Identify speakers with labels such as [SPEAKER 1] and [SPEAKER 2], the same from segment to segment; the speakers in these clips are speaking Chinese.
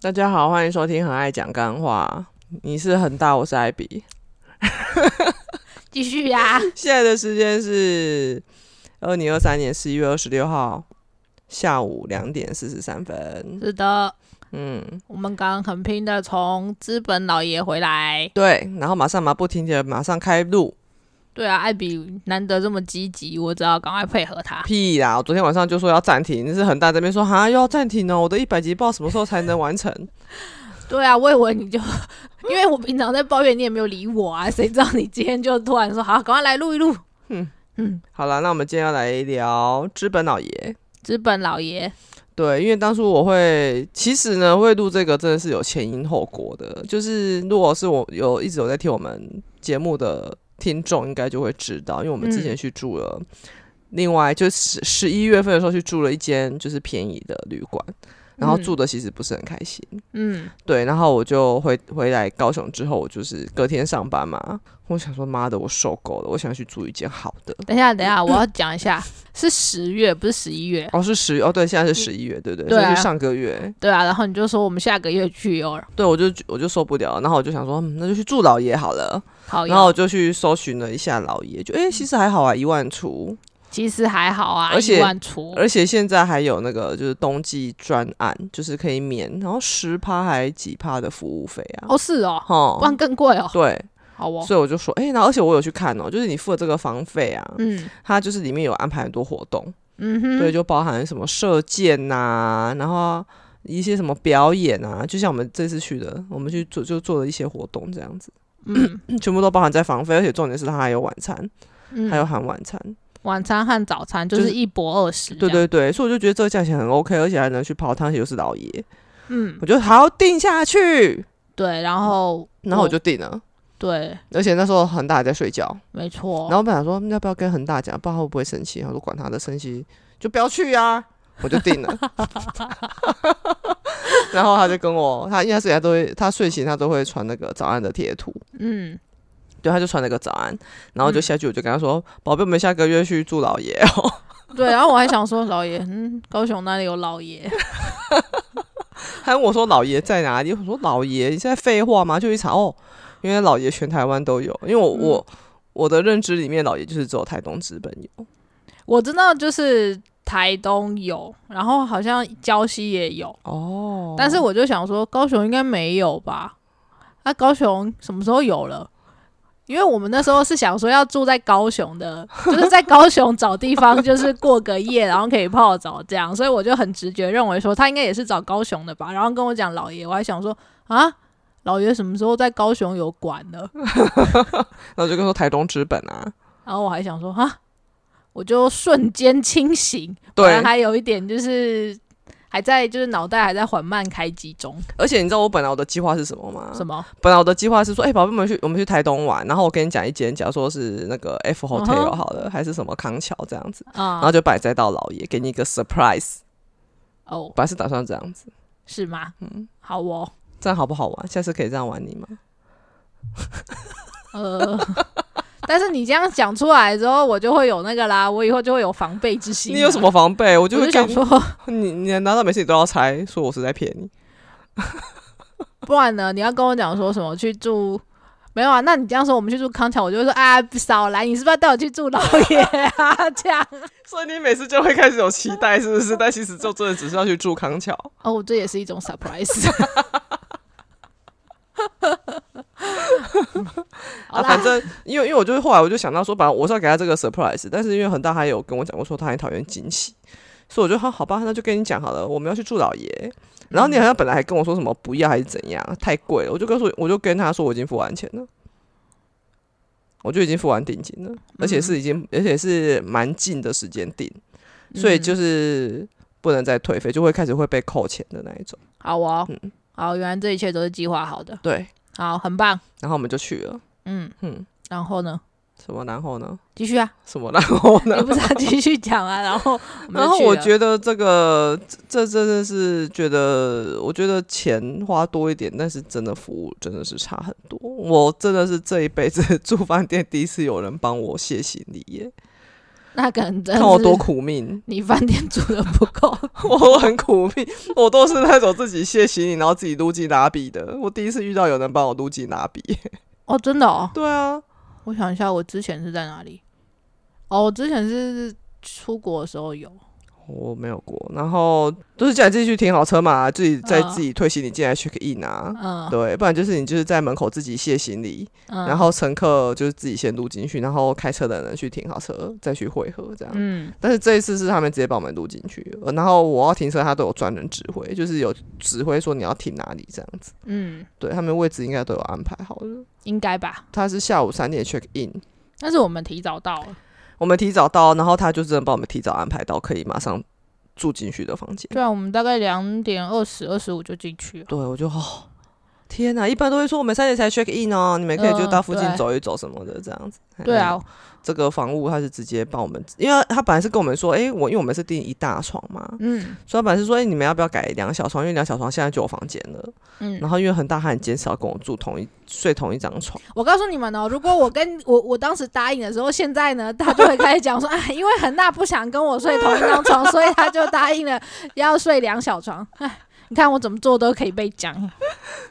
[SPEAKER 1] 大家好，欢迎收听《很爱讲干话》，你是恒大，我是艾比。
[SPEAKER 2] 继续啊，
[SPEAKER 1] 现在的时间是二零二三年十一月二十六号下午两点四十三分。
[SPEAKER 2] 是的，
[SPEAKER 1] 嗯，
[SPEAKER 2] 我们刚很拼的从资本老爷回来。
[SPEAKER 1] 对，然后马上马不停蹄地马上开录，
[SPEAKER 2] 对啊，艾比难得这么积极，我只要赶快配合他。
[SPEAKER 1] 屁啦！我昨天晚上就说要暂停，但是恒大这边说哈又要暂停哦，我的一百集报什么时候才能完成？
[SPEAKER 2] 对啊，我以为你就， 因为我平常在抱怨你也没有理我啊，谁知道你今天就突然说好，赶快来录一录。
[SPEAKER 1] 嗯
[SPEAKER 2] 嗯嗯，
[SPEAKER 1] 好啦，那我们今天要来聊资本老爷。
[SPEAKER 2] 资本老爷，
[SPEAKER 1] 对，因为当初我会，其实呢，会录这个真的是有前因后果的。就是如果是我有一直有在听我们节目的听众，应该就会知道，因为我们之前
[SPEAKER 2] 嗯
[SPEAKER 1] 去住了，另外就十十一月份的时候去住了一间就是便宜的旅馆，然后
[SPEAKER 2] 嗯
[SPEAKER 1] 住的其实不是很开心。
[SPEAKER 2] 嗯，
[SPEAKER 1] 对，然后我就回回来高雄之后，我就是隔天上班嘛，我想说妈的，我受够了，我想去住一间好的。
[SPEAKER 2] 等一下，等一下，我要讲一下， 是十月，不是十一月。
[SPEAKER 1] 哦，是十哦，对，现在是十一月，对不对？
[SPEAKER 2] 对啊
[SPEAKER 1] 所以是上个月。
[SPEAKER 2] 对啊，然后你就说我们下个月去哦，
[SPEAKER 1] 对，我就我就受不了，然后我就想说，嗯那就去住老爷好了。
[SPEAKER 2] 好
[SPEAKER 1] 然后我
[SPEAKER 2] 哟，
[SPEAKER 1] 就去搜寻了一下老爷，就哎、诶其实还好啊，一万出，
[SPEAKER 2] 其实还好啊，
[SPEAKER 1] 而且
[SPEAKER 2] 一万出，
[SPEAKER 1] 而且现在还有那个就是冬季专案，就是可以免，然后十趴还几趴的服务费啊。
[SPEAKER 2] 哦是哦，
[SPEAKER 1] 哦
[SPEAKER 2] 不然更贵哦，
[SPEAKER 1] 对，
[SPEAKER 2] 好哦，
[SPEAKER 1] 所以我就说，哎、然后而且我有去看哦，就是你付的这个房费啊，
[SPEAKER 2] 嗯
[SPEAKER 1] 它就是里面有安排很多活动，
[SPEAKER 2] 嗯哼，
[SPEAKER 1] 对，就包含什么射箭呐、然后一些什么表演啊，就像我们这次去的，我们去做就做了一些活动这样子，
[SPEAKER 2] 嗯，
[SPEAKER 1] 全部都包含在房费，而且重点是它还有晚餐，
[SPEAKER 2] 嗯
[SPEAKER 1] 还有含晚餐，
[SPEAKER 2] 晚餐和早餐就
[SPEAKER 1] 就是
[SPEAKER 2] 是一博二十。
[SPEAKER 1] 对，对对，所以我就觉得这个价钱很 OK，而且还能去泡汤，而且又是老爷，
[SPEAKER 2] 嗯，
[SPEAKER 1] 我就好定下去，
[SPEAKER 2] 对，然后
[SPEAKER 1] 然后我就定了。
[SPEAKER 2] 对，
[SPEAKER 1] 而且那时候恒大还在睡觉，
[SPEAKER 2] 没错。
[SPEAKER 1] 然后我本来说嗯要不要跟恒大讲，不知道他会不会生气。我说管他的，生气就不要去啊， 我就定了。然后他就跟我，他因为他睡前都会，他睡醒他都会传那个早安的贴图，
[SPEAKER 2] 嗯，
[SPEAKER 1] 对，他就传了个早安，然后就下去我就跟他说，宝贝，我们下个月去住老爷哦。
[SPEAKER 2] 对，然后我还想说，老爷，嗯，高雄哪里有老爷？
[SPEAKER 1] 他问我说老爷在哪里？我说老爷，你在废话吗？就一查哦，因为老爷全台湾都有，因为我、
[SPEAKER 2] 嗯
[SPEAKER 1] 我我的认知里面老爷就是只有台东资本有，
[SPEAKER 2] 我知道就是台东有，然后好像礁溪也有，
[SPEAKER 1] 哦
[SPEAKER 2] 但是我就想说，高雄应该没有吧？那、高雄什么时候有了？因为我们那时候是想说要住在高雄的，就是在高雄找地方，就是过个夜，然后可以泡澡这样，所以我就很直觉认为说他应该也是找高雄的吧。然后跟我讲老爷，我还想说啊，老爷什么时候在高雄有馆呢？
[SPEAKER 1] 然后就跟我说台东资本啊，
[SPEAKER 2] 然后我还想说啊，我就瞬间清醒，
[SPEAKER 1] 对啊
[SPEAKER 2] 本来还有一点就是还在就是脑袋还在缓慢开机中，
[SPEAKER 1] 而且你知道我本来我的计划是什么吗？
[SPEAKER 2] 什么？
[SPEAKER 1] 本来我的计划是说，哎、宝贝，我们去我们去台东玩，然后我跟你讲一间，假如说是那个 F
[SPEAKER 2] 嗯哼
[SPEAKER 1] Hotel 好了，还是什么康桥这样子，
[SPEAKER 2] 啊、
[SPEAKER 1] 然后就摆在到老爷，给你一个 surprise，
[SPEAKER 2] 哦，
[SPEAKER 1] 本来是打算这样子，
[SPEAKER 2] 是吗？嗯，好哦，
[SPEAKER 1] 这样好不好玩？下次可以这样玩你吗？
[SPEAKER 2] 呃， 但是你这样讲出来之后，我就会有那个啦，我以后就会有防备之心。
[SPEAKER 1] 你有什？么防备？
[SPEAKER 2] 啊
[SPEAKER 1] 我
[SPEAKER 2] 我
[SPEAKER 1] 就会
[SPEAKER 2] 就想
[SPEAKER 1] 跟
[SPEAKER 2] 说，
[SPEAKER 1] 你，你难道每次你都要猜说我是在骗你？
[SPEAKER 2] 不然呢？你要跟我讲说什么去住？没有啊，那你这样说，我们去住康桥，我就会说啊，少来，你是不是要带我去住老爷啊？ 这样
[SPEAKER 1] 所以你每次就会开始有期待，是不是？但其实就真的只是要去住康桥。
[SPEAKER 2] 哦，这也是一种 surprise。好
[SPEAKER 1] 啊，
[SPEAKER 2] 啦
[SPEAKER 1] 反，正因为因为我就是后来我就想到说，本来我是要给他这个 surprise，但是因为恒大他有跟我讲过说他很讨厌惊喜，所以我就说好吧，那就跟你讲好了，我们要去住老爷。然后你好像本来还跟我说什么不要还是怎样，太贵了，我就跟说我就跟他说我已经付完钱了，我就已经付完定金了，而且是已经而且是蛮近的时间定，所以
[SPEAKER 2] 嗯
[SPEAKER 1] 就是不能再退费，就会开始会被扣钱的那一种。
[SPEAKER 2] 好哦，
[SPEAKER 1] 嗯
[SPEAKER 2] 好，原来这一切都是计划好的，
[SPEAKER 1] 对，
[SPEAKER 2] 好，很棒，
[SPEAKER 1] 然后我们就去了，
[SPEAKER 2] 嗯
[SPEAKER 1] 嗯
[SPEAKER 2] 嗯，然后呢？
[SPEAKER 1] 什么然后呢？
[SPEAKER 2] 继续啊，
[SPEAKER 1] 什么然后呢
[SPEAKER 2] 你？不是要继续讲啊？然后，
[SPEAKER 1] 然后我
[SPEAKER 2] 得，
[SPEAKER 1] 觉得这个这这真的是觉得，我觉得钱花多一点，但是真的服务真的是差很多。 我真的是这一辈子住饭店第一次有人帮我卸行李耶，
[SPEAKER 2] 那可能真
[SPEAKER 1] 看我多
[SPEAKER 2] 嗯是
[SPEAKER 1] 苦命，
[SPEAKER 2] 你饭店住的不够。
[SPEAKER 1] 我很苦命，我都是那种自己卸行李，然后自己撸鸡拿笔的。我第一次遇到有人帮我撸鸡拿笔，
[SPEAKER 2] 哦，真的哦，
[SPEAKER 1] 对啊，
[SPEAKER 2] 我想一下，我之前是在哪里？哦，我之前是出国的时候有，
[SPEAKER 1] 我没有过。然后都是叫你自己去停好车嘛，自己再
[SPEAKER 2] 嗯
[SPEAKER 1] 自己推行李进来 check in 啊。
[SPEAKER 2] 嗯，
[SPEAKER 1] 对，不然就是你就是在门口自己卸行李，
[SPEAKER 2] 嗯
[SPEAKER 1] 然后乘客就是自己先撸进去，然后开车的人去停好车，再去汇合这样。
[SPEAKER 2] 嗯，
[SPEAKER 1] 但是这一次是他们直接把我们撸进去，呃然后我要停车，他都有专人指挥，就是有指挥说你要停哪里这样子。
[SPEAKER 2] 嗯，
[SPEAKER 1] 对他们位置应该都有安排好的。
[SPEAKER 2] 应该吧。
[SPEAKER 1] 他是下午三点 check in，
[SPEAKER 2] 但是我们提早到了，
[SPEAKER 1] 我们提早到，然后他就真的帮我们提早安排到可以马上住进去的房间。
[SPEAKER 2] 对啊，我们大概两点二十、二十五就进去了。
[SPEAKER 1] 对，我就哦，天哪！一般都会说我们三点才 check in 哦，你们可以就
[SPEAKER 2] 嗯
[SPEAKER 1] 到附近
[SPEAKER 2] 对
[SPEAKER 1] 走一走什么的这样子。
[SPEAKER 2] 对啊
[SPEAKER 1] 嗯，，这个房屋他是直接帮我们，因为他本来是跟我们说，诶，我因为我们是订一大床嘛，
[SPEAKER 2] 嗯
[SPEAKER 1] 所以他本来是说，诶，你们要不要改两小床？因为两小床现在就有房间了。
[SPEAKER 2] 嗯，
[SPEAKER 1] 然后因为恒大他很坚持要跟我住同一睡同一张床，
[SPEAKER 2] 我告诉你们哦，如果我跟我我当时答应的时候，现在呢， 他就会开始讲说，哎，因为恒大不想跟我睡同一张床，所以他就答应了要睡两小床。哎，你看我怎么做都可以被讲，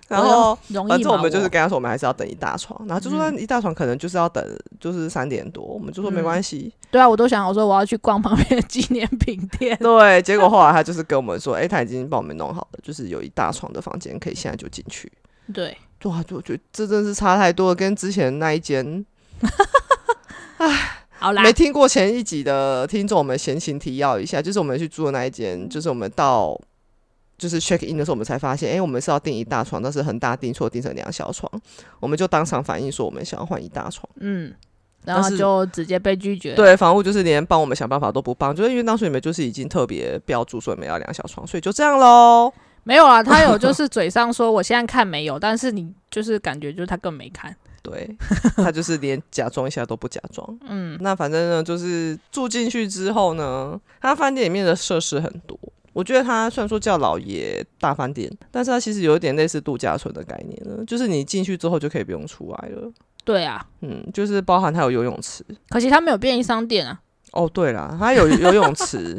[SPEAKER 1] 然后。
[SPEAKER 2] 容易吗？
[SPEAKER 1] 反正我们就是跟他说，我们还是要等一大床，然后就说那一大床可能就是要等，就是三点多，我们就说没关系。
[SPEAKER 2] 对啊，我都想好说我要去逛旁边的纪念品店。
[SPEAKER 1] 对，结果后来他就是跟我们说，哎、他已经帮我们弄好了，就是有一大床的房间，可以现在就进去。
[SPEAKER 2] 对，
[SPEAKER 1] 对啊，就觉得这真是差太多了，跟之前那一间
[SPEAKER 2] 好啦
[SPEAKER 1] 没，听过前一集的听众们闲情提要一下，就是我们去住的那一
[SPEAKER 2] 嗯
[SPEAKER 1] 间，就是我们到。就是 check in 的时候，我们才发现，哎、我们是要订一大床，但是恒大订错，订成两小床，我们就当场反映说，我们想要换一大床。
[SPEAKER 2] 嗯，然后
[SPEAKER 1] 但是
[SPEAKER 2] 就直接被拒绝。，
[SPEAKER 1] 对，房屋就是连帮我们想办法都不帮，就是因为当时你们就是已经特别标注说你们要两小床，所以就这样喽。
[SPEAKER 2] 没有啊，他有就是嘴上说我现在看没有，但是你就是感觉就是他更没看。
[SPEAKER 1] 对，他就是连假装一下都不假装。
[SPEAKER 2] 嗯
[SPEAKER 1] 那反正呢，就是住进去之后呢，他饭店里面的设施很多。我觉得它虽然说叫老爷大饭店，但是它其实有一点类似度假村的概念呢，就是你进去之后就可以不用出来了。
[SPEAKER 2] 对啊，
[SPEAKER 1] 嗯，就是包含它有游泳池。
[SPEAKER 2] 可惜他没有便利商店啊，
[SPEAKER 1] 哦，对啦，它有游 泳池，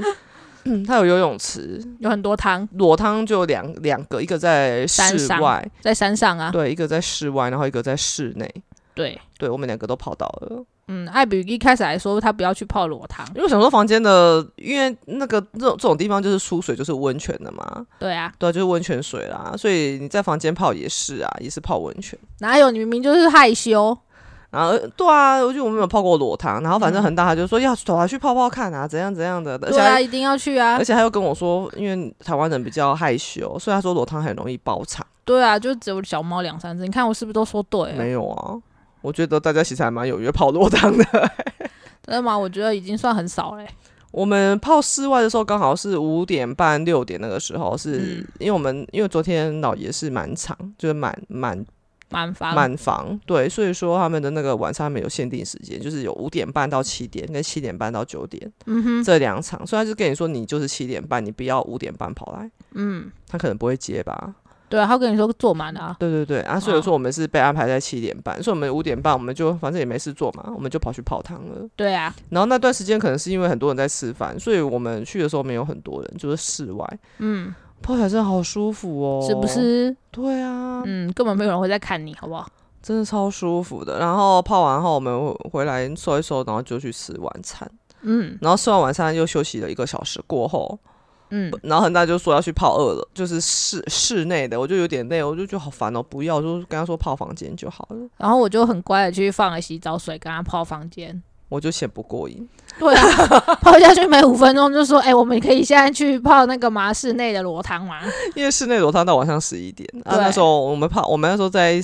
[SPEAKER 1] 嗯，它有游泳池，
[SPEAKER 2] 有很多汤
[SPEAKER 1] 裸汤就有两两个，一个在
[SPEAKER 2] 山
[SPEAKER 1] 室
[SPEAKER 2] 上
[SPEAKER 1] 外，
[SPEAKER 2] 在山上啊。
[SPEAKER 1] 对，一个在室外，然后一个在室内。
[SPEAKER 2] 对，
[SPEAKER 1] 对我们两个都泡到了，
[SPEAKER 2] 嗯，艾比一开始还说他不要去泡裸汤。
[SPEAKER 1] 因为我想说房间的，因为那个这种这种地方就是出水就是温泉的嘛，
[SPEAKER 2] 对啊，
[SPEAKER 1] 对啊、就是温泉水啦，所以你在房间泡也是啊，也是泡温泉。
[SPEAKER 2] 哪有你明明就是害羞。
[SPEAKER 1] 然后呃对啊，我就我们有泡过裸汤，然后反
[SPEAKER 2] 嗯
[SPEAKER 1] 正恒大他就说要走啊去泡泡看啊，怎样怎样的，而且
[SPEAKER 2] 对啊，
[SPEAKER 1] 还、
[SPEAKER 2] 一定要去啊
[SPEAKER 1] 而。且他又跟我说，因为台湾人比较害羞，所以他说裸汤很容易包场。
[SPEAKER 2] 对啊，就只有小猫两三只。你看我是不是都说对了？
[SPEAKER 1] 没有啊，我觉得大家其实还蛮有约泡裸汤的。
[SPEAKER 2] 真的吗？我觉得已经算很少欸嘞、
[SPEAKER 1] 我们泡室外的时候刚好是五点半六点那个时候，是、
[SPEAKER 2] 嗯
[SPEAKER 1] 因为我们因为昨天老爷是满场，就是满满
[SPEAKER 2] 满房。
[SPEAKER 1] 满房，对，所以说他们的那个晚上他们有限定时间，就是有五点半到七点跟七点半到九点、
[SPEAKER 2] 嗯哼，
[SPEAKER 1] 这两场，所以他就跟你说你就是七点半，你不要五点半跑来，
[SPEAKER 2] 嗯，
[SPEAKER 1] 他可能不会接吧？
[SPEAKER 2] 对啊，他跟你说坐满了、啊。
[SPEAKER 1] 对对对啊，所以说我们是被安排在七点半，所以我们五点半我们就反正也没事做嘛，我们就跑去泡汤了。
[SPEAKER 2] 对啊，
[SPEAKER 1] 然后那段时间可能是因为很多人在吃饭，所以我们去的时候没有很多人，就是室外。
[SPEAKER 2] 嗯，
[SPEAKER 1] 泡起来真的好舒服哦，
[SPEAKER 2] 是不？是？
[SPEAKER 1] 对啊，
[SPEAKER 2] 嗯，根本没有人会在看你，好不好？
[SPEAKER 1] 真的超舒服的。然后泡完后，我们回回来收一收，然后就去吃晚餐。
[SPEAKER 2] 嗯
[SPEAKER 1] 然后吃完晚餐又休息了一个小时过后，
[SPEAKER 2] 嗯，
[SPEAKER 1] 然后恒大就说要去泡二楼，就是室 室内的，我就有点累，我就觉得好烦哦，不要，我就跟他说泡房间就好了。
[SPEAKER 2] 然后我就很乖的去放了洗澡水，跟他泡房间。
[SPEAKER 1] 我就嫌不过瘾，
[SPEAKER 2] 对啊， 泡下去没五分钟就说，哎、我们可以现在去泡那个嘛室内的裸汤嘛。
[SPEAKER 1] 因为室内裸汤到晚上十一点啊。
[SPEAKER 2] 对
[SPEAKER 1] 那时候我们泡，我们那时候在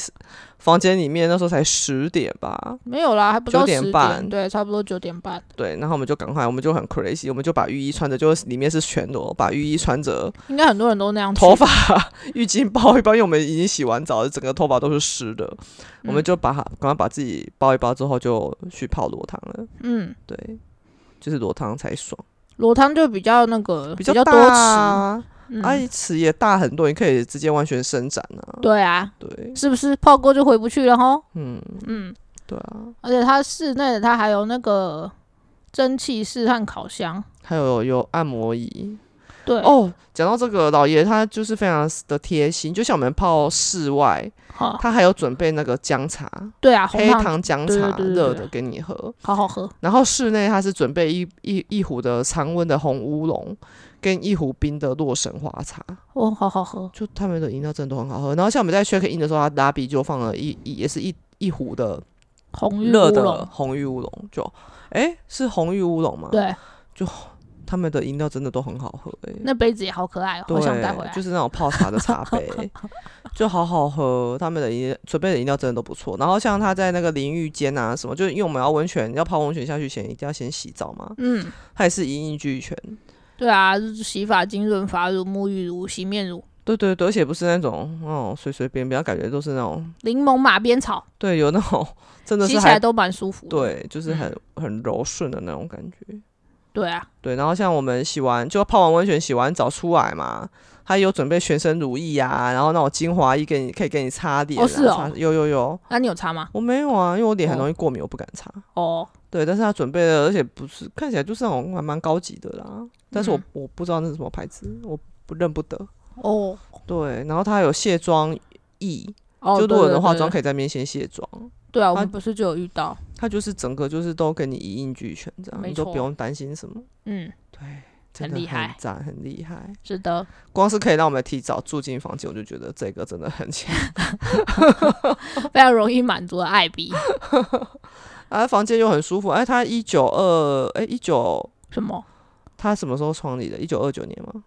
[SPEAKER 1] 房间里面，那时候才十点吧，
[SPEAKER 2] 没有啦，还不到
[SPEAKER 1] 9
[SPEAKER 2] 十
[SPEAKER 1] 点半
[SPEAKER 2] 对，差不多九点半。
[SPEAKER 1] 对，然后我们就赶快，我们就很 crazy，我们就把浴衣穿着，就是里面是全裸，把浴衣穿着，
[SPEAKER 2] 应该很多人都那样去。
[SPEAKER 1] 头发 浴巾包一包，因为我们已经洗完澡，整个头发都是湿的，我们
[SPEAKER 2] 嗯
[SPEAKER 1] 就把它赶快把自己包一包之后，就去泡裸汤了。
[SPEAKER 2] 嗯，
[SPEAKER 1] 对，就是裸汤才爽，
[SPEAKER 2] 裸汤就呃比较那个
[SPEAKER 1] 比
[SPEAKER 2] 较
[SPEAKER 1] 大
[SPEAKER 2] 多吃。
[SPEAKER 1] 啊，
[SPEAKER 2] 嗯，
[SPEAKER 1] 啊，尺也大很多，你可以直接完全伸展啊。
[SPEAKER 2] 对啊，
[SPEAKER 1] 对，
[SPEAKER 2] 是不是泡过就回不去了吼？
[SPEAKER 1] 嗯，
[SPEAKER 2] 嗯，
[SPEAKER 1] 对啊，
[SPEAKER 2] 而且它室内的它还有那个蒸汽室和烤箱。
[SPEAKER 1] 还有有按摩椅。
[SPEAKER 2] 对，
[SPEAKER 1] 哦，讲到这个，老爷他就是非常的贴心，就像我们泡室外，
[SPEAKER 2] 哈，
[SPEAKER 1] 他还有准备那个姜茶，
[SPEAKER 2] 对啊，红
[SPEAKER 1] 黑
[SPEAKER 2] 糖
[SPEAKER 1] 糖姜
[SPEAKER 2] 对对
[SPEAKER 1] 茶
[SPEAKER 2] 对对
[SPEAKER 1] 热
[SPEAKER 2] 对
[SPEAKER 1] 的给你喝。
[SPEAKER 2] 好好喝，
[SPEAKER 1] 然后室内他是准备一一一壶的常温的红乌龙，跟一壶冰的洛神花茶。
[SPEAKER 2] 哦，好好喝，
[SPEAKER 1] 就他们的饮料真的都很好喝。然后像我们在 check in 的时候，他拉比就放了一一也是一一壶的
[SPEAKER 2] 红玉乌
[SPEAKER 1] 热的
[SPEAKER 2] 龙，
[SPEAKER 1] 红玉乌龙，就哎、是红玉乌龙吗？，
[SPEAKER 2] 对，
[SPEAKER 1] 他们的饮料真的都很好喝、哎，
[SPEAKER 2] 那杯子也好可爱哦，好想带回来。
[SPEAKER 1] 对，就是那种泡茶的茶 杯，就好好喝。他们的饮准备的饮料真的都不错。然后像他在那个淋浴间啊什么，就是因为我们要温泉要泡温泉下去前一定要先洗澡嘛，
[SPEAKER 2] 嗯，
[SPEAKER 1] 他也是一应俱全。
[SPEAKER 2] 对啊，就是洗发精、润发乳、沐浴乳、洗面乳、
[SPEAKER 1] 对对对，而且不是那种哦随随便便，感觉都是那种
[SPEAKER 2] 柠檬马鞭草，
[SPEAKER 1] 对有那种真的
[SPEAKER 2] 洗
[SPEAKER 1] 是
[SPEAKER 2] 起
[SPEAKER 1] 还
[SPEAKER 2] 来嗯都蛮舒服的。
[SPEAKER 1] 对，就是很很柔顺的那种感觉。
[SPEAKER 2] 对啊，
[SPEAKER 1] 对，然后像我们洗完就泡完温泉，洗完澡出来嘛，他有准备全身乳液啊，然后那种精华液给你可以给你擦脸、啊。
[SPEAKER 2] 哦是哦
[SPEAKER 1] 擦有有有，
[SPEAKER 2] 那你有擦吗？
[SPEAKER 1] 我没有啊，因为我脸很
[SPEAKER 2] 哦
[SPEAKER 1] 容易过敏，我不敢擦。
[SPEAKER 2] 哦，
[SPEAKER 1] 对，但是他准备了，而且不是看起来就是那种还蛮高级的啦，但是我、
[SPEAKER 2] 嗯
[SPEAKER 1] 我不知道那是什么牌子，我不认不得。
[SPEAKER 2] 哦，
[SPEAKER 1] 对，然后他还有卸妆液，
[SPEAKER 2] 哦，
[SPEAKER 1] 就
[SPEAKER 2] 对
[SPEAKER 1] 如果有人化妆
[SPEAKER 2] 对
[SPEAKER 1] 可以在面先卸妆。
[SPEAKER 2] 对对啊，我
[SPEAKER 1] 它
[SPEAKER 2] 们不是就有遇到，
[SPEAKER 1] 他就是整个就是都给你一应俱全，这样
[SPEAKER 2] 没
[SPEAKER 1] 你都
[SPEAKER 2] 错
[SPEAKER 1] 不用担心什么，
[SPEAKER 2] 嗯，
[SPEAKER 1] 真
[SPEAKER 2] 很
[SPEAKER 1] 的
[SPEAKER 2] 厉害
[SPEAKER 1] 赞，很厉害。
[SPEAKER 2] 是的，
[SPEAKER 1] 光是可以让我们提早住进房间，我就觉得这个真的 很强
[SPEAKER 2] 非常容易满足的艾比，
[SPEAKER 1] 啊！房间又很舒服，哎，他一九二哎一九，
[SPEAKER 2] 什么
[SPEAKER 1] 他什么时候创立的？一九二九年吗？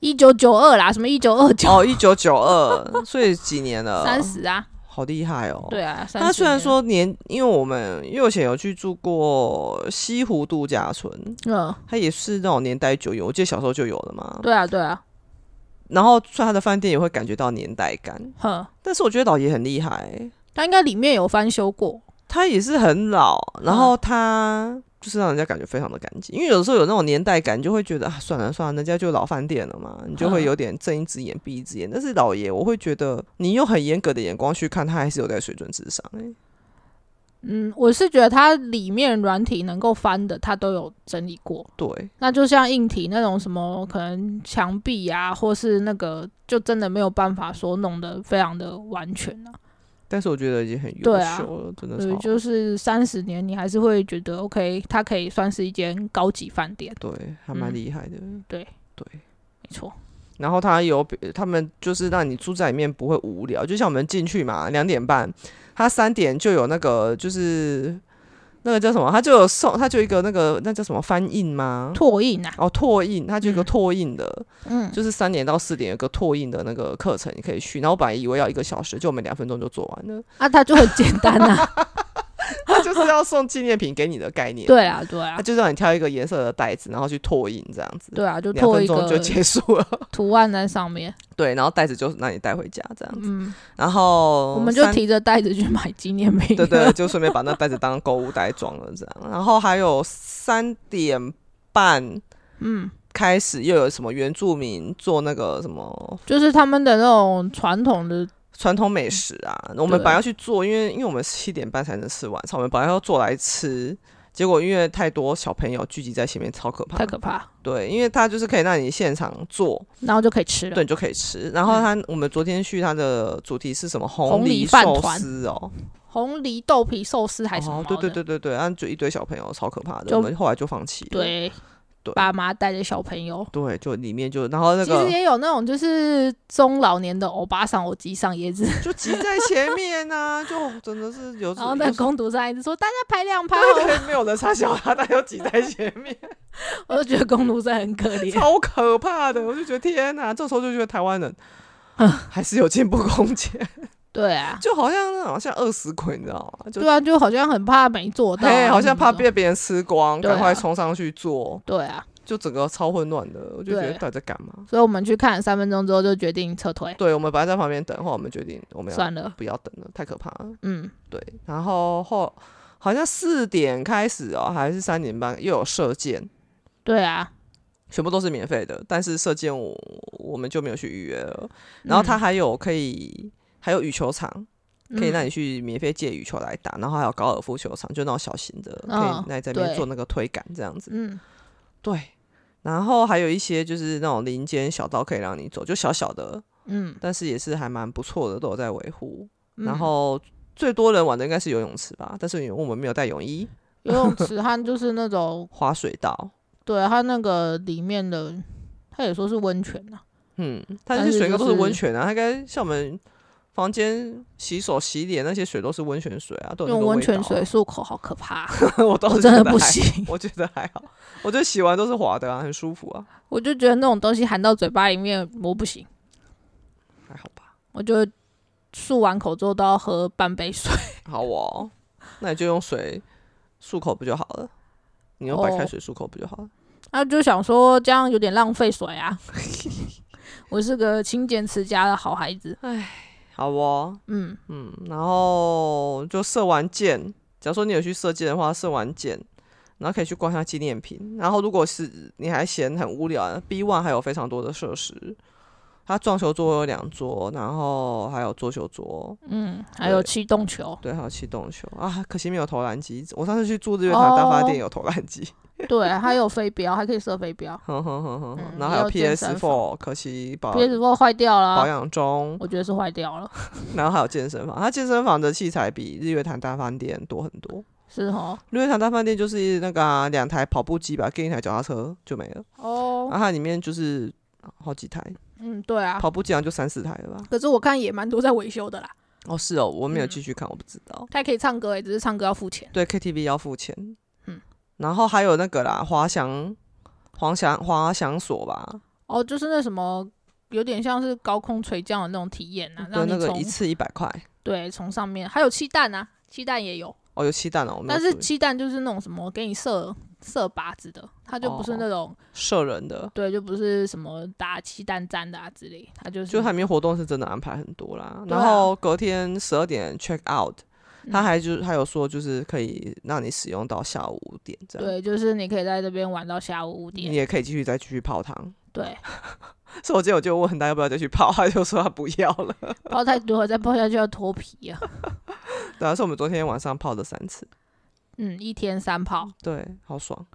[SPEAKER 2] 一九九二啦，什么一九二九
[SPEAKER 1] 哦，一九九二， 所以几年了？
[SPEAKER 2] 三，十啊，
[SPEAKER 1] 好厉害呃哦！
[SPEAKER 2] 对。啊，30
[SPEAKER 1] 他虽然
[SPEAKER 2] 年，
[SPEAKER 1] 说年，因为我们因为我以前有去住过西湖度假村，
[SPEAKER 2] 嗯，
[SPEAKER 1] 它也是那种年代久远，我记得小时候就有了嘛。
[SPEAKER 2] 对啊，对啊，
[SPEAKER 1] 然后虽然它的饭店也会感觉到年代感，
[SPEAKER 2] 哼，
[SPEAKER 1] 但是我觉得老爷很厉害、欸
[SPEAKER 2] 它应该里面有翻修过，
[SPEAKER 1] 他也是很老，然
[SPEAKER 2] 嗯
[SPEAKER 1] 后他就是让人家感觉非常的干净，因为有的时候有那种年代感，你就会觉得啊，算了算了，人家就老饭店了嘛，你就会
[SPEAKER 2] 嗯
[SPEAKER 1] 有点睁一只眼闭一只眼。但是老爷，我会觉得你用很严格的眼光去看，他还是有在水准之上、欸。
[SPEAKER 2] 嗯，我是觉得它里面软体能够翻的，它都有整理过。
[SPEAKER 1] 对，
[SPEAKER 2] 那就像硬体那种什么，可能墙壁啊，或是那个，就真的没有办法说弄得非常的完全啊。
[SPEAKER 1] 但是我觉得已经很优秀
[SPEAKER 2] 对啊
[SPEAKER 1] 了，真的
[SPEAKER 2] 对，
[SPEAKER 1] 超
[SPEAKER 2] 就是三十年，你还是会觉得 OK，它可以算是一间高级饭店，
[SPEAKER 1] 对，还蛮
[SPEAKER 2] 嗯
[SPEAKER 1] 厉害的。
[SPEAKER 2] 对
[SPEAKER 1] 对。
[SPEAKER 2] 没错。
[SPEAKER 1] 然后他有他们就是让你住在里面不会无聊，就像我们进去嘛，两点半，他三点就有那个就是那个叫什么，他就有送，他就有一个那个那叫什么翻印吗？
[SPEAKER 2] 拓印啊，
[SPEAKER 1] 哦，拓印，他就有一个
[SPEAKER 2] 嗯
[SPEAKER 1] 拓印的，
[SPEAKER 2] 嗯，
[SPEAKER 1] 就是三点到四点有个拓印的那个课程，你可以去。然后我本来以为要一个小时，就我们两分钟就做 完了，
[SPEAKER 2] 啊，它就很简单 啊。
[SPEAKER 1] 他就是要送纪念品给你的概念。，
[SPEAKER 2] 对啊，对啊
[SPEAKER 1] 他，就让你挑一个颜色的袋子，然后去拓印这样子，
[SPEAKER 2] 对啊，就
[SPEAKER 1] 两
[SPEAKER 2] 拓
[SPEAKER 1] 分
[SPEAKER 2] 一
[SPEAKER 1] 钟
[SPEAKER 2] 个
[SPEAKER 1] 就结束了。
[SPEAKER 2] 图案在上面。
[SPEAKER 1] 对，然后袋子就让你带回家这样子。
[SPEAKER 2] 嗯，
[SPEAKER 1] 然后
[SPEAKER 2] 我们就
[SPEAKER 1] 三
[SPEAKER 2] 提着袋子去买纪念品。
[SPEAKER 1] 对对，就顺便把那袋子当购物袋装了这样。然后还有三点半
[SPEAKER 2] 嗯，
[SPEAKER 1] 开始又有什么原住民做那个什么
[SPEAKER 2] 就是他们的那种传统的
[SPEAKER 1] 传统美食啊，我们本来要去做，因为因为我们七点半才能吃晚餐，我们本来要做来吃。结果因为太多小朋友聚集在前面，超可怕。
[SPEAKER 2] 太可怕，
[SPEAKER 1] 对，因为它就是可以让你现场做，
[SPEAKER 2] 然后就可以吃了
[SPEAKER 1] 对，。你就可以吃。然后它，我们昨天去它的主题是什么？
[SPEAKER 2] 嗯红
[SPEAKER 1] 梨
[SPEAKER 2] 梨饭
[SPEAKER 1] 寿
[SPEAKER 2] 团
[SPEAKER 1] 司哦，
[SPEAKER 2] 红梨豆皮寿司还是什么
[SPEAKER 1] 哦
[SPEAKER 2] 的？，
[SPEAKER 1] 对对对对对，然后就一堆小朋友，超可怕的。
[SPEAKER 2] 就
[SPEAKER 1] 我们后来就放弃了。
[SPEAKER 2] 对
[SPEAKER 1] 对
[SPEAKER 2] 爸妈带着小朋友。
[SPEAKER 1] 对，就里面就然后那
[SPEAKER 2] 其实
[SPEAKER 1] 个
[SPEAKER 2] 也有那种就是中老年的欧巴桑，我挤上椰子，
[SPEAKER 1] 就挤在前面呐、就真的是有时
[SPEAKER 2] 然
[SPEAKER 1] 候
[SPEAKER 2] 后
[SPEAKER 1] 有
[SPEAKER 2] 那
[SPEAKER 1] 时
[SPEAKER 2] 工读生一直说大家排 两排哦，
[SPEAKER 1] 对对，没有人插小 他，但又挤在前面，
[SPEAKER 2] 我就觉得工读生很可怜。
[SPEAKER 1] 超可怕的。我就觉得天哪，这时候就觉得台 湾人还是有进步空间，
[SPEAKER 2] 对啊，
[SPEAKER 1] 就好像那好像饿死鬼，你知道吗？就
[SPEAKER 2] 对啊，就好像很怕没做到
[SPEAKER 1] 嘿，
[SPEAKER 2] 啊，
[SPEAKER 1] 好像怕
[SPEAKER 2] 变。
[SPEAKER 1] 被别人吃光，
[SPEAKER 2] 对啊
[SPEAKER 1] 赶快冲上去做，
[SPEAKER 2] 对啊，
[SPEAKER 1] 就整个超混乱的。我就觉得
[SPEAKER 2] 对
[SPEAKER 1] 到底在干嘛？
[SPEAKER 2] 所以我们去看三分钟之后就决定撤退，
[SPEAKER 1] 对，我们本来在旁边等，后来我们决定我们要
[SPEAKER 2] 算了，
[SPEAKER 1] 不要等了，太可怕了。
[SPEAKER 2] 嗯，
[SPEAKER 1] 对，然后后好像四点开始哦，还是三点半又有射箭，
[SPEAKER 2] 对啊。
[SPEAKER 1] 全部都是免费的，但是射箭我我们就没有去预约了。然后它
[SPEAKER 2] 嗯
[SPEAKER 1] 还有可以、还有羽球场，可以让你去免费借羽球来打，然后还有高尔夫球场，就那种小型的，可
[SPEAKER 2] 嗯
[SPEAKER 1] 以那你在那边
[SPEAKER 2] 对
[SPEAKER 1] 做那个推杆这样子。
[SPEAKER 2] 嗯，
[SPEAKER 1] 对，然后还有一些就是那种林间小道可以让你走，就小小的，
[SPEAKER 2] 嗯
[SPEAKER 1] 但是也是还蛮不错的，都有在维护。
[SPEAKER 2] 嗯，
[SPEAKER 1] 然后最多人玩的应该是游泳池吧，但是我们没有带泳衣，
[SPEAKER 2] 游泳池它就是那种，
[SPEAKER 1] 滑水道。
[SPEAKER 2] 对啊它那个里面的，它也说是温泉啊呐、
[SPEAKER 1] 嗯，它那
[SPEAKER 2] 但
[SPEAKER 1] 些
[SPEAKER 2] 是
[SPEAKER 1] 水应该
[SPEAKER 2] 就
[SPEAKER 1] 都是
[SPEAKER 2] 是
[SPEAKER 1] 温泉啊，它应该像我们房间洗手、洗脸那些水都是温泉水啊，都有那
[SPEAKER 2] 用
[SPEAKER 1] 个
[SPEAKER 2] 温
[SPEAKER 1] 味
[SPEAKER 2] 泉
[SPEAKER 1] 道
[SPEAKER 2] 水，漱口好可怕，啊
[SPEAKER 1] 我倒
[SPEAKER 2] 我
[SPEAKER 1] 是
[SPEAKER 2] 真
[SPEAKER 1] 觉
[SPEAKER 2] 的
[SPEAKER 1] 得
[SPEAKER 2] 不
[SPEAKER 1] 还，
[SPEAKER 2] 行。
[SPEAKER 1] 我觉得还好，我觉得洗完都是滑的啊，很舒服啊，
[SPEAKER 2] 我就觉得那种东西含到嘴巴里面，我不行，
[SPEAKER 1] 还好吧，
[SPEAKER 2] 我就漱完口之后都要喝半杯水。
[SPEAKER 1] 好哦，那你就用水漱口不就好了？你用白开
[SPEAKER 2] 哦
[SPEAKER 1] 水漱口不就好了？
[SPEAKER 2] 那就想说这样有点浪费水啊。 我是个勤俭持家的好孩子，
[SPEAKER 1] 好哦，
[SPEAKER 2] 嗯，
[SPEAKER 1] 嗯，然后就射完箭，假如说你有去射箭的话，射完箭，然后可以去逛一下纪念品。然后如果是你还嫌很无聊，B One 还有非常多的设施，它撞球桌有两桌，然后还有桌球桌，，
[SPEAKER 2] 还有气动球
[SPEAKER 1] 对，还有气动球啊，可惜没有投篮机。我上次去住日月潭大发店有投篮机，
[SPEAKER 2] 对，还有飞镖，还可以射飞镖。
[SPEAKER 1] 哼哼哼哼哼，
[SPEAKER 2] 嗯
[SPEAKER 1] 然后还有
[SPEAKER 2] 也有健身
[SPEAKER 1] PS Four，可惜保
[SPEAKER 2] PS Four 坏掉
[SPEAKER 1] 保
[SPEAKER 2] 了，
[SPEAKER 1] 养中，
[SPEAKER 2] 我觉得是坏掉了，
[SPEAKER 1] 然后还有健身房。它健身房的器材比日月潭大饭店多很多。
[SPEAKER 2] 是哦，
[SPEAKER 1] 日月潭大饭店就是那个啊两、台跑步机吧，跟一台脚踏车就没了。然
[SPEAKER 2] 哦，
[SPEAKER 1] 后它里面就是好几台、
[SPEAKER 2] 嗯，对啊，
[SPEAKER 1] 跑步机，好像就三四台了吧？
[SPEAKER 2] 可是我看也蛮多在维修的啦，
[SPEAKER 1] 哦，是哦，我没有
[SPEAKER 2] 嗯
[SPEAKER 1] 继续看，我不知道。
[SPEAKER 2] 它也可以唱歌诶，只是唱歌要付钱，
[SPEAKER 1] 对，KTV 要付钱。嗯
[SPEAKER 2] 嗯，
[SPEAKER 1] 然后还有那个啦，滑翔、滑翔、滑翔所吧，
[SPEAKER 2] 哦，就是那什么，有点像是高空垂降的那种体验啊，
[SPEAKER 1] 对，
[SPEAKER 2] 让
[SPEAKER 1] 那
[SPEAKER 2] 你
[SPEAKER 1] 个
[SPEAKER 2] 从
[SPEAKER 1] 一次一百块。
[SPEAKER 2] 对从上面，还有气弹啊，气弹也有，
[SPEAKER 1] 哦，有气弹哦，我没有
[SPEAKER 2] 但是
[SPEAKER 1] 注意
[SPEAKER 2] 气弹就是那种什么给你射射靶子的，它就不
[SPEAKER 1] 哦
[SPEAKER 2] 是那种、
[SPEAKER 1] 射人的，
[SPEAKER 2] 对，就不是什么打气弹战的啊之类，它就是
[SPEAKER 1] 就它里面活动是真的安排很多啦。
[SPEAKER 2] 对啊
[SPEAKER 1] 然后隔天十二点 check out，他
[SPEAKER 2] 嗯
[SPEAKER 1] 还就是还有说就是可以让你使用到下午五点这样。
[SPEAKER 2] 对，就是你可以在这边玩到下午五点
[SPEAKER 1] 你，也可以继续再继续泡汤。
[SPEAKER 2] 对，
[SPEAKER 1] 所以我今天我就问他要不要再去泡，他就说他不要了。
[SPEAKER 2] 泡太多了再泡下去要脱皮啊，
[SPEAKER 1] 对啊，是我们昨天晚上泡的三次，
[SPEAKER 2] 嗯，一天三泡。
[SPEAKER 1] 对，好爽。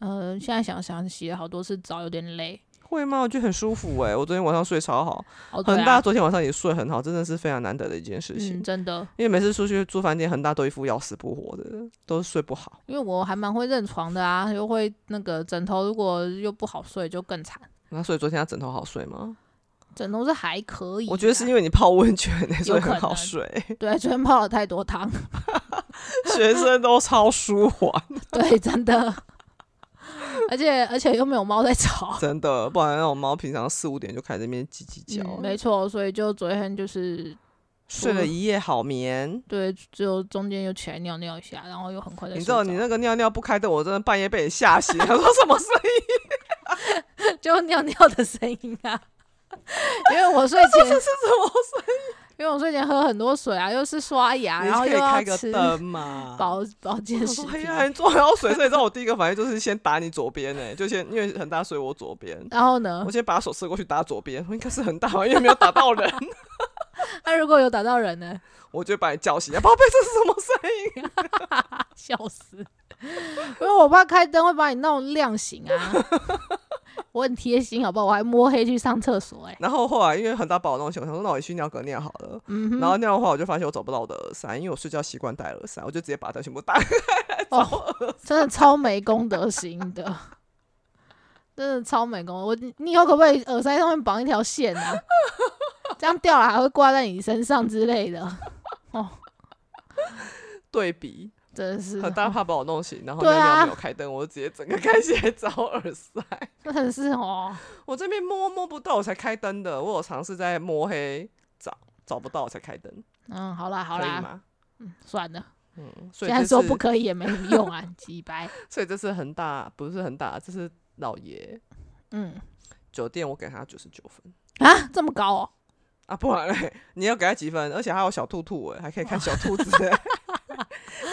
[SPEAKER 2] 呃，现在想想洗了好多次澡，有点累。
[SPEAKER 1] 会吗？我觉得很舒服哎、我昨天晚上睡超好，
[SPEAKER 2] 哦，对
[SPEAKER 1] 恒大
[SPEAKER 2] 啊，
[SPEAKER 1] 昨天晚上也睡很好，真的是非常难得的一件事情。
[SPEAKER 2] 嗯，真的，
[SPEAKER 1] 因为每次出去住饭店，恒大都一副要死不活的，都睡不好。
[SPEAKER 2] 因为我还蛮会认床的啊，又会那个枕头，如果又不好睡就更惨。
[SPEAKER 1] 那所以昨天他枕头好睡吗？
[SPEAKER 2] 枕头是还可以啊，
[SPEAKER 1] 我觉得是因为你泡温泉、 欸，所以
[SPEAKER 2] 有可
[SPEAKER 1] 很好
[SPEAKER 2] 能
[SPEAKER 1] 睡，
[SPEAKER 2] 对，啊昨天泡了太多汤，
[SPEAKER 1] 全身都超舒缓，
[SPEAKER 2] 对，真的，而且而且又没有猫在吵，
[SPEAKER 1] 真的。不然那种猫平常四五点就开始在那边叽叽叫
[SPEAKER 2] 嗯，
[SPEAKER 1] 了，
[SPEAKER 2] 没错，所以就昨天就是
[SPEAKER 1] 睡了一夜好眠。
[SPEAKER 2] 对，只有中间又起来尿尿一下，然后又很快的
[SPEAKER 1] 你知道你那个尿尿不开灯，我真的半夜被你吓醒。 他说什么声音？
[SPEAKER 2] 就尿尿的声音啊，因为我睡 前
[SPEAKER 1] 是什么声
[SPEAKER 2] 因为我睡前喝很多水啊，又是刷牙，
[SPEAKER 1] 音？
[SPEAKER 2] 然后
[SPEAKER 1] 你
[SPEAKER 2] 又
[SPEAKER 1] 可以开
[SPEAKER 2] 要
[SPEAKER 1] 个
[SPEAKER 2] 吃
[SPEAKER 1] 灯嘛。
[SPEAKER 2] 保保健
[SPEAKER 1] 我
[SPEAKER 2] 食
[SPEAKER 1] 说哎
[SPEAKER 2] 品，
[SPEAKER 1] 呀，你做好水，所以你知道我第一个反应就是先打你左边呢、就先因为很大，所以我左边，
[SPEAKER 2] 然后呢
[SPEAKER 1] 我，先把手伸过去打左边，应该是很大吧，因为没有打到 人，
[SPEAKER 2] 他如果有打到人呢，
[SPEAKER 1] 我就把你叫醒。啊，宝贝，这是什么声音？
[SPEAKER 2] 笑死，因为我怕开灯会把你弄亮醒 啊。我很贴心，好不好？我还摸黑去上厕所、哎，
[SPEAKER 1] 然后后来因为很大把我弄醒，我想说那我也去尿个尿好了。
[SPEAKER 2] 嗯
[SPEAKER 1] 然
[SPEAKER 2] 哼，
[SPEAKER 1] 后尿的话，我就发现我找不到我的耳塞，因为我睡觉习惯戴耳塞，我就直接把它全部打开。
[SPEAKER 2] 哦，真的超没公德心的， 真的超没公德。我你以后可不可以耳塞上面绑一条线啊？ 这样掉了还会挂在你身上之类的，
[SPEAKER 1] 对比，
[SPEAKER 2] 真的是啊
[SPEAKER 1] 很大怕把我弄醒，然后
[SPEAKER 2] 对
[SPEAKER 1] 尿
[SPEAKER 2] 啊
[SPEAKER 1] 尿没有开灯，我就直接整个 开起来找耳塞。
[SPEAKER 2] 真的是哦，
[SPEAKER 1] 我这边摸摸不到，我才开灯的。我有尝试在摸黑找，找不到我才开灯，
[SPEAKER 2] 嗯，好啦好
[SPEAKER 1] 可以
[SPEAKER 2] 啦，
[SPEAKER 1] 吗？
[SPEAKER 2] 算了，
[SPEAKER 1] 嗯，所
[SPEAKER 2] 虽
[SPEAKER 1] 以
[SPEAKER 2] 然
[SPEAKER 1] 这
[SPEAKER 2] 说
[SPEAKER 1] 次
[SPEAKER 2] 不可以也没用 啊，几百，
[SPEAKER 1] 所以这次恒大不是恒大，这是老爷
[SPEAKER 2] 嗯
[SPEAKER 1] 酒店，我给他九十九分
[SPEAKER 2] 啊，这么高哦，
[SPEAKER 1] 啊，不然嘞，你要给他几分？而且还有小兔兔哎，还可以看小兔子 哎。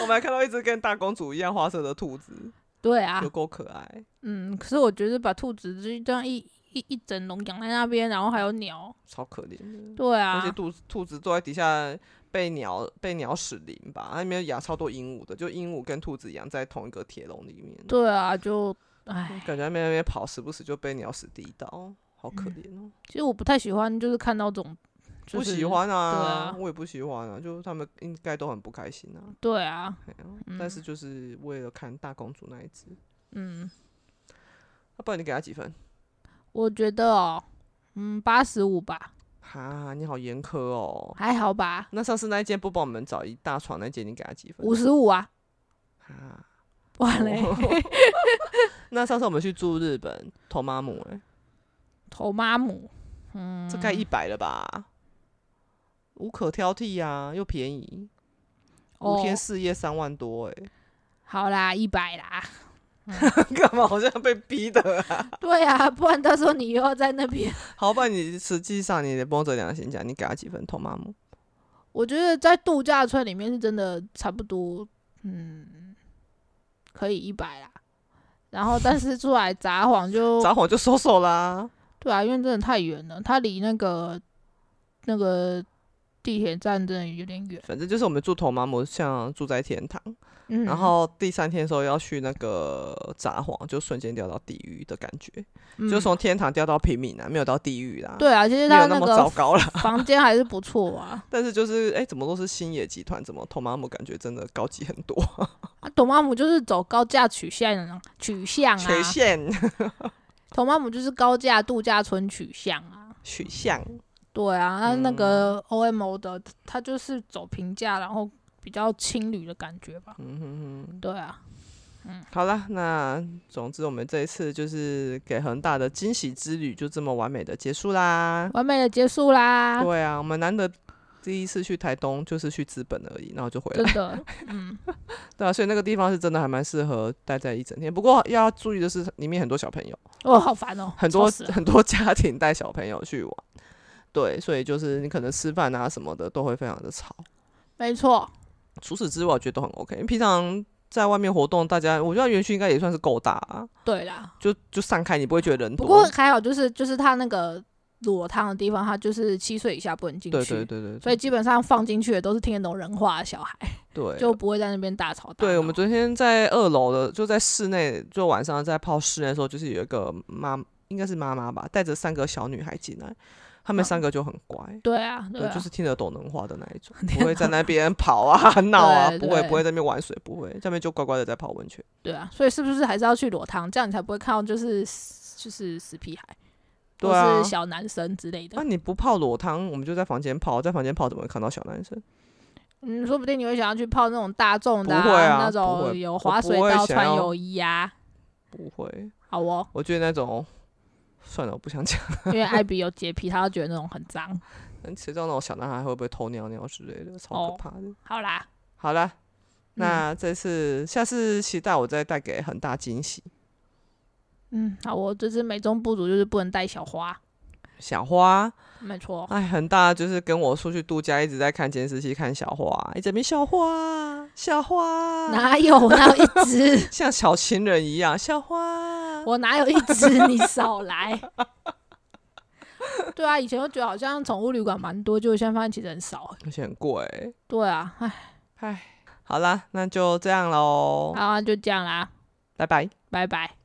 [SPEAKER 1] 我们还看到一只跟大公主一样花色的兔子，
[SPEAKER 2] 对啊
[SPEAKER 1] 有，够可爱。
[SPEAKER 2] 嗯，可是我觉得把兔子这这样一一一整笼养在那边，然后还有鸟。
[SPEAKER 1] 超可怜的。
[SPEAKER 2] 对
[SPEAKER 1] 那
[SPEAKER 2] 啊
[SPEAKER 1] 些，兔兔子都在底下被鸟被鸟屎淋吧，那里面养超多鹦鹉的，就鹦鹉跟兔子养在同一个铁笼里面，
[SPEAKER 2] 对啊，就唉，
[SPEAKER 1] 感觉在那边那边跑，时不时就被鸟屎滴一刀，好可怜哦。
[SPEAKER 2] 其实我不太喜欢，就是看到这种，嗯就
[SPEAKER 1] 不
[SPEAKER 2] 是
[SPEAKER 1] 喜。欢啊，
[SPEAKER 2] 对啊
[SPEAKER 1] 我也不喜欢啊，就是他们应该都很不开心啊。
[SPEAKER 2] 对啊，
[SPEAKER 1] 哎呀但是就是为了看大公主那一只，
[SPEAKER 2] 嗯，
[SPEAKER 1] 那不然你给他几分？
[SPEAKER 2] 我觉得哦，嗯，八十五吧，
[SPEAKER 1] 哈，你好严苛哦。
[SPEAKER 2] 还好吧，
[SPEAKER 1] 那上次那一间不帮我们找一大床那间，你给他几分？
[SPEAKER 2] 五十五啊，
[SPEAKER 1] 啊，
[SPEAKER 2] 完嘞，
[SPEAKER 1] 哦 那上次我们去住日本，头妈母、欸，
[SPEAKER 2] 头妈母，
[SPEAKER 1] 这盖一百了吧？无可挑剔呀、啊，又便宜，
[SPEAKER 2] 哦
[SPEAKER 1] 五，天四夜三万多哎、
[SPEAKER 2] 好啦，一百啦，
[SPEAKER 1] 干嘛好像被逼的、啊？
[SPEAKER 2] 对啊，不然到时候你又要在那边。
[SPEAKER 1] 好吧，你实际上你得摸着良心讲，你给他几分？头妈母
[SPEAKER 2] 我觉得在度假村里面是真的差不多，嗯，可以一百啦。然后，但是出来札幌 就
[SPEAKER 1] 撒谎就收手啦。
[SPEAKER 2] 对啊，因为真的太远了，它离那个那个地铁站真的有点远。
[SPEAKER 1] 反正就是我们住头妈母，像住在天堂，
[SPEAKER 2] 嗯，
[SPEAKER 1] 然后第三天的时候要去那个札幌，就瞬间掉到地狱的感觉，就从天堂掉到平民啊，没有到地狱啦。
[SPEAKER 2] 嗯、对啊，其实
[SPEAKER 1] 没有
[SPEAKER 2] 它
[SPEAKER 1] 那
[SPEAKER 2] 那
[SPEAKER 1] 么糟
[SPEAKER 2] 个
[SPEAKER 1] 糕啦。
[SPEAKER 2] 房间还是不错啊。
[SPEAKER 1] 但是就是哎、怎么都是星野集团，怎么托马姆感觉真的高级很多？
[SPEAKER 2] 啊，董妈姆就是走高价取向啊，取向
[SPEAKER 1] 曲
[SPEAKER 2] 啊，
[SPEAKER 1] 线，
[SPEAKER 2] 董妈姆就是高价度假村取向啊。
[SPEAKER 1] 取向，
[SPEAKER 2] 对啊，那那
[SPEAKER 1] 嗯
[SPEAKER 2] 个 O M O 的，它就是走平价，然后比较轻旅的感觉吧。
[SPEAKER 1] 嗯哼哼。
[SPEAKER 2] 对啊，
[SPEAKER 1] 好啦，那总之我们这一次就是给恒大的惊喜之旅就这么完美的结束啦。
[SPEAKER 2] 完美的结束啦，
[SPEAKER 1] 对啊，我们难得第一次去台东就是去资本而已，然后就回
[SPEAKER 2] 真
[SPEAKER 1] 来。
[SPEAKER 2] 的，嗯，
[SPEAKER 1] 对啊，所以那个地方是真的还蛮适合待在一整天。不过要注意的是，里面很多小朋友，
[SPEAKER 2] 哦，好烦哦，
[SPEAKER 1] 很多
[SPEAKER 2] 吵死了
[SPEAKER 1] 很多家庭带小朋友去玩。对，所以就是你可能吃饭啊什么的都会非常的吵。
[SPEAKER 2] 没错，
[SPEAKER 1] 除此之外，我觉得都很 OK。因为平常在外面活动，大家我觉得园区应该也算是够大、啊，
[SPEAKER 2] 对啦。
[SPEAKER 1] 就就散开，你不会觉得人
[SPEAKER 2] 不
[SPEAKER 1] 多。
[SPEAKER 2] 过还好，就是就是他那个裸汤的地方，他就是七岁以下不能进去，
[SPEAKER 1] 对对对对，
[SPEAKER 2] 所以基本上放进去的都是听得懂人话的小孩，
[SPEAKER 1] 对
[SPEAKER 2] 就不会在那边大吵大闹。
[SPEAKER 1] 对，我们昨天在二楼的，就在室内，就晚上在泡室内的时候，就是有一个妈，应该是妈妈吧，带着三个小女孩进来，她们
[SPEAKER 2] 嗯
[SPEAKER 1] 三个就很乖。
[SPEAKER 2] 对啊，对
[SPEAKER 1] 对，
[SPEAKER 2] 啊，
[SPEAKER 1] 就是听得懂人话的那 一种，不会在那边跑啊、闹啊，
[SPEAKER 2] 对
[SPEAKER 1] 不会
[SPEAKER 2] 对
[SPEAKER 1] 不会在那边玩水，不会在那边就乖乖的在泡温泉。
[SPEAKER 2] 对啊，所以是不是还是要去裸汤，这样你才不会看到就是就是死屁孩，
[SPEAKER 1] 对啊
[SPEAKER 2] 或是小男生之类的
[SPEAKER 1] 那、。啊你不泡裸汤，我们就在房间泡，在房间泡怎么会看到小男生？
[SPEAKER 2] 嗯，说不定你会想要去泡那种大众的、
[SPEAKER 1] 不会啊
[SPEAKER 2] 那
[SPEAKER 1] 不
[SPEAKER 2] 种
[SPEAKER 1] 会
[SPEAKER 2] 有滑水
[SPEAKER 1] 我不
[SPEAKER 2] 道、
[SPEAKER 1] 会想
[SPEAKER 2] 穿
[SPEAKER 1] 要
[SPEAKER 2] 泳衣啊。
[SPEAKER 1] 不会，
[SPEAKER 2] 好哦，
[SPEAKER 1] 我觉得那种，算了，我不想讲。
[SPEAKER 2] 因为艾比有洁癖，他就觉得那种很脏。
[SPEAKER 1] 谁知道那种小男孩会不会偷尿尿之类的，超
[SPEAKER 2] 哦
[SPEAKER 1] 可怕的。
[SPEAKER 2] 好啦，
[SPEAKER 1] 好了，那这次、下次期待我再带给很大惊喜。
[SPEAKER 2] 嗯，好哦，我这次美中不足就是不能带小花，
[SPEAKER 1] 小花，
[SPEAKER 2] 没错。
[SPEAKER 1] 哎，很大就是跟我出去度假，一直在看监视器，看小花，一直在那边小花，小花，？
[SPEAKER 2] 哪有哪有一只
[SPEAKER 1] 像小情人一样，小花。
[SPEAKER 2] 我哪有一只？你少来。对啊，以前我觉得好像宠物旅馆蛮多，就现在发现其实很少。
[SPEAKER 1] 而且很贵，
[SPEAKER 2] 对啊，唉，
[SPEAKER 1] 哎，好啦，那就这样喽，
[SPEAKER 2] 好啊，就这样啦，
[SPEAKER 1] 拜拜。
[SPEAKER 2] 拜拜。